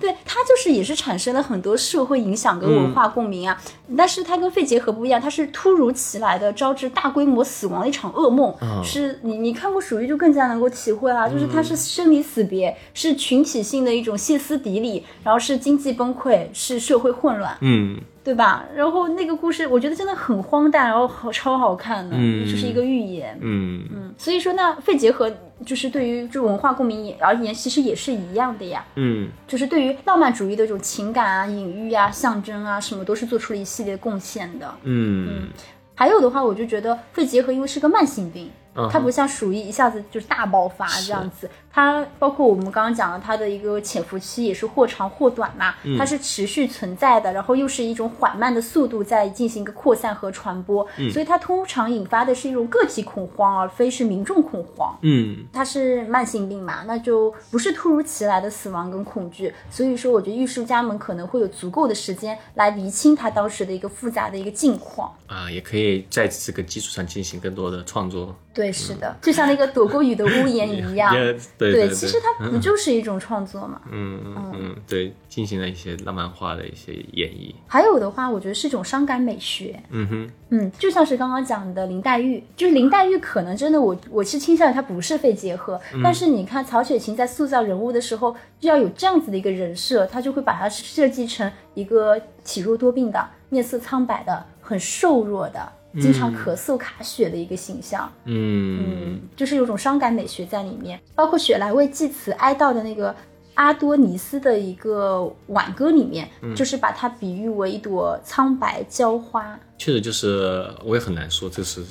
B: 对，它就是也是产生了很多社会影响跟文化共鸣啊。但是它跟肺结核不一样，它是突如其来的招致大规模死亡的一场噩梦。是你你看过《鼠疫》就更加能够体会啊，就是它是生离死别，是群体性的一种歇斯底里，然后是经济崩溃，是社会混乱，
D: 嗯，
B: 对吧？然后那个故事我觉得真的很荒诞，然后好超好看的，就是一个寓言。
D: 嗯
B: 所以说，那肺结核就是对于这种文化共鸣也而言，其实也是一样的呀。
D: 嗯
B: 就是对于浪漫主义的这种情感啊、隐喻啊、象征啊，什么都是做出了一系列贡献的。
D: 嗯
B: 还有的话，我就觉得肺结核因为是个慢性病，
D: 嗯哼
B: 它不像鼠疫一下子就是大爆发这样子。它包括我们刚刚讲的，它的一个潜伏期也是或长或短嘛，它是持续存在的，然后又是一种缓慢的速度在进行一个扩散和传播，所以它通常引发的是一种个体恐慌，而非是民众恐慌。
D: 嗯
B: 它是慢性病嘛，那就不是突如其来的死亡跟恐惧，所以说我觉得艺术家们可能会有足够的时间来厘清他当时的一个复杂的一个境况。
D: 啊，也可以在这个基础上进行更多的创作。
B: 对，是的，就像那个躲过雨的屋檐一 样。
D: 也对对，
B: 其实它不就是一种创作嘛？
D: 嗯嗯对，进行了一些浪漫化的一些演绎。
B: 还有的话，我觉得是一种伤感美学。
D: 嗯哼，
B: 嗯，就像是刚刚讲的林黛玉，就是林黛玉可能真的我我是倾向于她不是肺结核，但是你看曹雪芹在塑造人物的时候，就要有这样子的一个人设，他就会把它设计成一个体弱多病的、面色苍白的、很瘦弱的、经常咳嗽卡血的一个形象。
D: 嗯
B: 就是有种伤感美学在里面，包括雪莱为祭词哀悼的那个阿多尼斯的一个挽歌里面，就是把它比喻为一朵苍白娇花。
D: 确实就是，我也很难说这是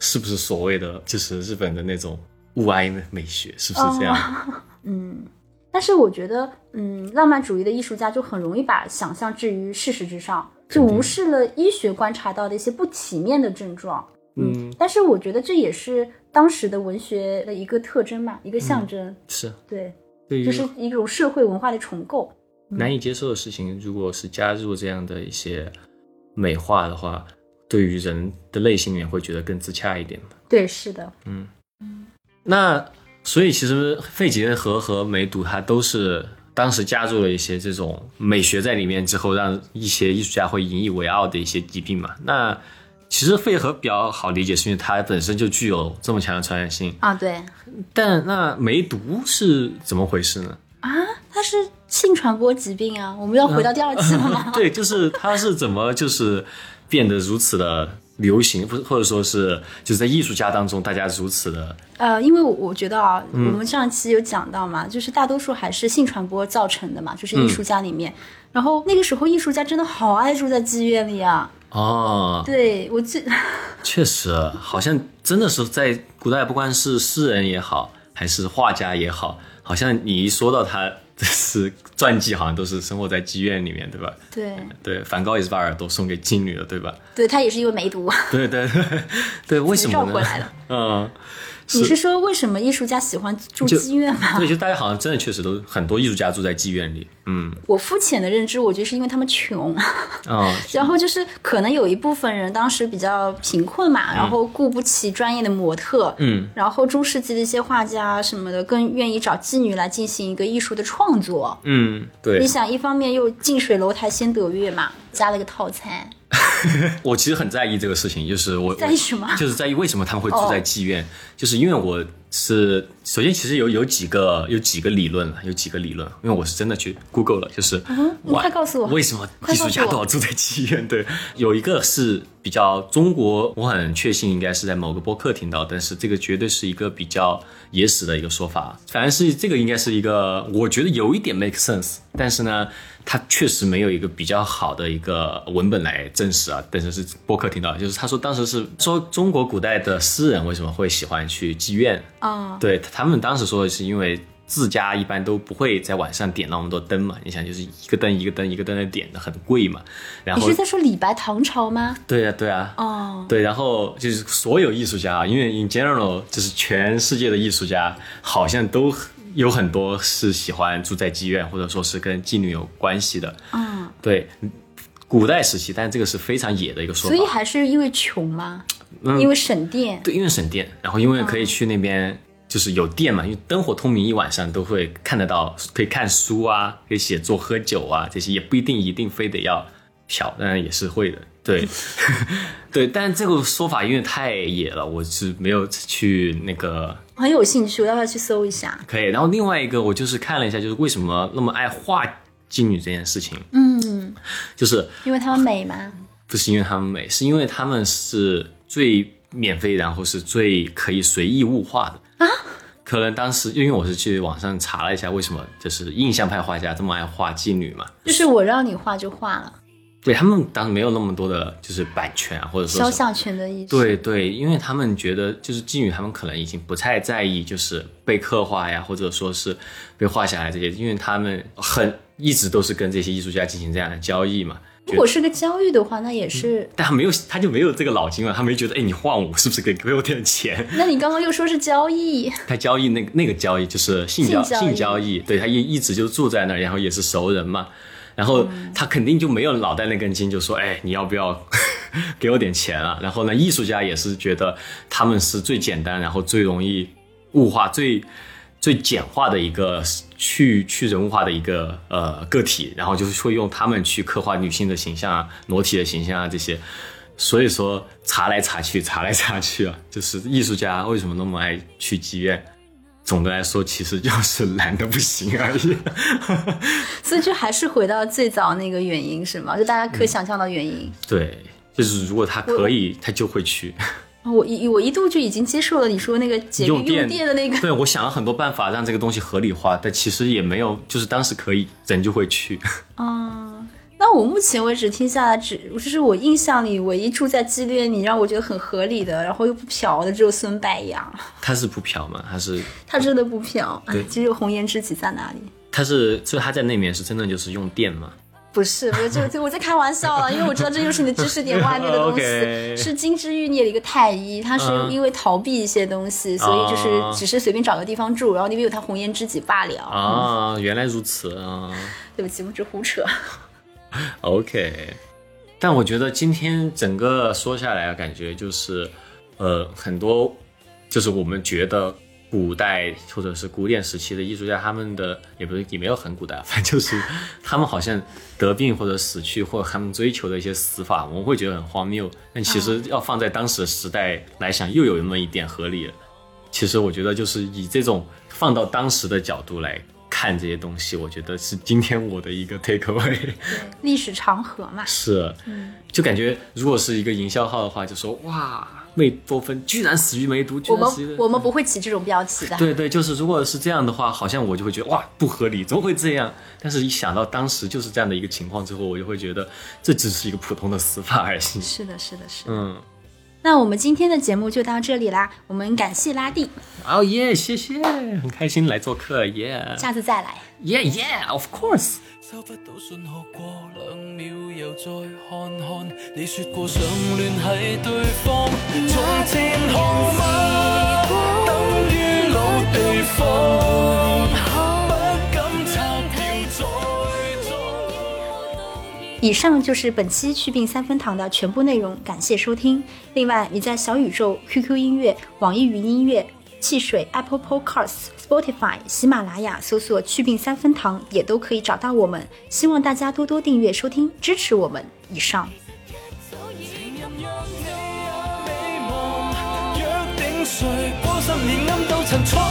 D: 是不是所谓的就是日本的那种物哀美学，是不是这样？
B: 嗯，但是我觉得，嗯，浪漫主义的艺术家就很容易把想象置于事实之上，就
D: 肯定
B: 无视了医学观察到的一些不体面的症状。
D: 嗯，
B: 但是我觉得这也是当时的文学的一个特征嘛，一个象征。
D: 是
B: 对，
D: 对于
B: 就是一种社会文化的重构。
D: 难以接受的事情，如果是加入这样的一些美化的话，对于人的类型也会觉得更自洽一点吧。
B: 对，是的，
D: 那所以其实肺结核和梅毒它都是当时加入了一些这种美学在里面之后，让一些艺术家会引以为傲的一些疾病嘛。那其实肺核比较好理解，是因为它本身就具有这么强的传染性。
B: 啊，对
D: 但那梅毒是怎么回事呢？
B: 啊，它是性传播疾病啊，我们要回到第二期了 吗？
D: 对，就是它是怎么就是变得如此的流行，不是或者说是就是在艺术家当中大家如此的
B: 呃，因为我我觉得啊，
D: 嗯
B: 我们上期有讲到嘛，就是大多数还是性传播造成的嘛，就是
D: 嗯
B: 艺术家里面。然后那个时候，艺术家真的好爱住在妓院里啊！
D: 哦，
B: 对我记，
D: 确实，好像真的是在古代，不管是诗人也好，还是画家也好，好像你一说到他这是传记，好像都是生活在妓院里面，对吧？
B: 对
D: 对，梵高也是把耳朵送给妓女的，对吧？
B: 对，他也是因为梅毒。
D: 对对对，对，为什么
B: 绕
D: 呢？
B: 过来了
D: 嗯，
B: 你是说为什么艺术家喜欢住
D: 就
B: 妓院吗？
D: 对，就大家好像真的确实都很多艺术家住在妓院里，嗯
B: 我肤浅的认知，我觉得是因为他们穷。
D: 啊，
B: 然后就是可能有一部分人当时比较贫困嘛，然后雇不起专业的模特，
D: 嗯，
B: 然后中世纪的一些画家什么的更愿意找妓女来进行一个艺术的创作。
D: 嗯，对
B: 你，想，一方面又近水楼台先得月嘛，加了个套餐，
D: 我其实很在意这个事情，就是我
B: 在意什么
D: 我就是在意为什么他们会住在妓院， 就是因为我是首先其实有有几个有几个理论了，有几个理论，因为我是真的去 Google 了，就是
B: 嗯你快告诉我
D: 为什么
B: 快
D: 艺
B: 告诉
D: 术家
B: 我
D: 都要住在妓院？对，有一个是比较中国，我很确信应该是在某个播客听到，但是这个绝对是一个比较野史的一个说法，反正是这个应该是一个，我觉得有一点 make sense，但是呢，它确实没有一个比较好的一个文本来证实啊，但是是播客听到的，就是他说当时是说中国古代的诗人为什么会喜欢去妓院，
B: 啊、
D: 对他们当时说的是因为自家一般都不会在晚上点那么多灯嘛，你想就是一个灯一个灯一个灯的点的很贵嘛，然
B: 你
D: 后
B: 是在说李白唐朝吗？
D: 对啊对啊。
B: 哦，
D: 对，然后就是所有艺术家啊，因为 in general 就是全世界的艺术家，好像都很有很多是喜欢住在妓院，或者说是跟妓女有关系的。
B: 嗯，
D: 对，古代时期，但这个是非常野的一个说
B: 所
D: 法。
B: 以还是因为穷吗？
D: 嗯
B: 因为省电。
D: 对，因为省电，然后因为可以去那边，就是有电嘛，因为灯火通明，一晚上都会看得到，可以看书啊，可以写作、喝酒啊，这些也不一定一定非得要小，当然也是会的。对，对，但这个说法因为太野了，我是没有去那个
B: 很有兴趣，我要不要去搜一下？
D: 可以。然后另外一个，我就是看了一下，就是为什么那么爱画妓女这件事情，
B: 嗯，
D: 就是
B: 因为他们美吗？
D: 不是因为他们美，是因为他们是最免费，然后是最可以随意物化的啊。可能当时因为我是去网上查了一下，为什么就是印象派画家这么爱画妓女嘛？
B: 就是我让你画就画了，
D: 对他们当时没有那么多的就是版权啊，或者说
B: 肖
D: 是
B: 像权的意识。
D: 对对，因为他们觉得就是妓女，他们可能已经不太在意就是被刻画呀，或者说是被画下来这些，因为他们很一直都是跟这些艺术家进行这样的交易嘛。
B: 如果是个交易的话，那也是。
D: 但他没有，他就没有这个脑筋嘛，他没觉得，哎，你换我是不是可以给我点钱？
B: 那你刚刚又说是交易，
D: 他交易那个那个交易就是性交
B: 性交易
D: 性交易，对他一一直就住在那儿，然后也是熟人嘛，然后他肯定就没有脑袋那根筋，就说，哎，你要不要 给我点钱啊？然后呢，艺术家也是觉得他们是最简单，然后最容易物化、最最简化的一个去去人物化的一个呃个体，然后就是会用他们去刻画女性的形象啊、裸体的形象啊这些。所以说查来查去，查来查去啊，就是艺术家为什么那么爱去妓院？总的来说，其实就是 懒得不行而 已。
B: 所以就还是回到最早那个原因是吗？就大家
D: 嗯
B: 可想象到原因。
D: 对，就是如果他可以，他就会去
B: 我一我一度就已经接受了你说那个节约
D: 用
B: 用电的那个，
D: 对我想了很多办法让这个东西合理化，但其实也没有，就是当时可以，人就会去。
B: 嗯，那我目前为止听下来只，就是我印象里唯一住在妓院里让我觉得很合理的，然后又不嫖的只有孙白杨，
D: 他是不嫖嘛？他是
B: 他真的不嫖，
D: 对
B: 只有红颜知己在哪里？
D: 他是，所以他在那面是真的就是用电嘛？
B: 不是，我就就我在开玩笑了，啊因为我知道这就是你的知识点外面的东西
D: OK
B: 是金枝玉孽的一个太医，他是
D: 嗯
B: 因为逃避一些东西，所以就是
D: 啊
B: 只是随便找个地方住，然后那边有他红颜知己罢了。
D: 哦啊，原来如此啊。
B: 对不起，我只胡扯。
D: OK，但我觉得今天整个说下来，啊感觉就是，呃，很多就是我们觉得古代或者是古典时期的艺术家，他们的也不是也没有很古代，反正就是他们好像得病或者死去，或者他们追求的一些死法，我们会觉得很荒谬。但其实要放在当时的时代来想，又有那么一点合理了。其实我觉得就是以这种放到当时的角度来看这些东西，我觉得是今天我的一个 take away。
B: 历史长河嘛，
D: 是，
B: 嗯
D: 就感觉如果是一个营销号的话，就说哇，贝多芬居然死于梅毒，居
B: 我
D: 然死于
B: 们我们不会起这种标题的。
D: 对对，就是如果是这样的话，好像我就会觉得哇不合理，怎么会这样？但是一想到当时就是这样的一个情况之后，我就会觉得这只是一个普通的死法而已。
B: 是的，是的，是的。
D: 嗯，
B: 那我们今天的节目就到这里啦，我们感谢拉蒂，
D: 哦耶，谢谢，很开心来做客，耶
B: 下次再来。
D: 耶耶，of course。
A: 收不到信號，過兩秒又再看看。你說過想聯繫對方，從前好嗎？等於老地方，不敢拆掉再裝。
B: 以上就是本期《祛病三分堂》的全部内容，感谢收听。另外，你在小宇宙、QQ 音乐、网易云音乐、汽水、Apple Podcasts、Spotify、喜马拉雅搜索“祛病三分堂”也都可以找到我们。希望大家多多订阅收听，支持我们。以上。
A: 情人讓你也美夢，約定誰過十年暗度陳倉，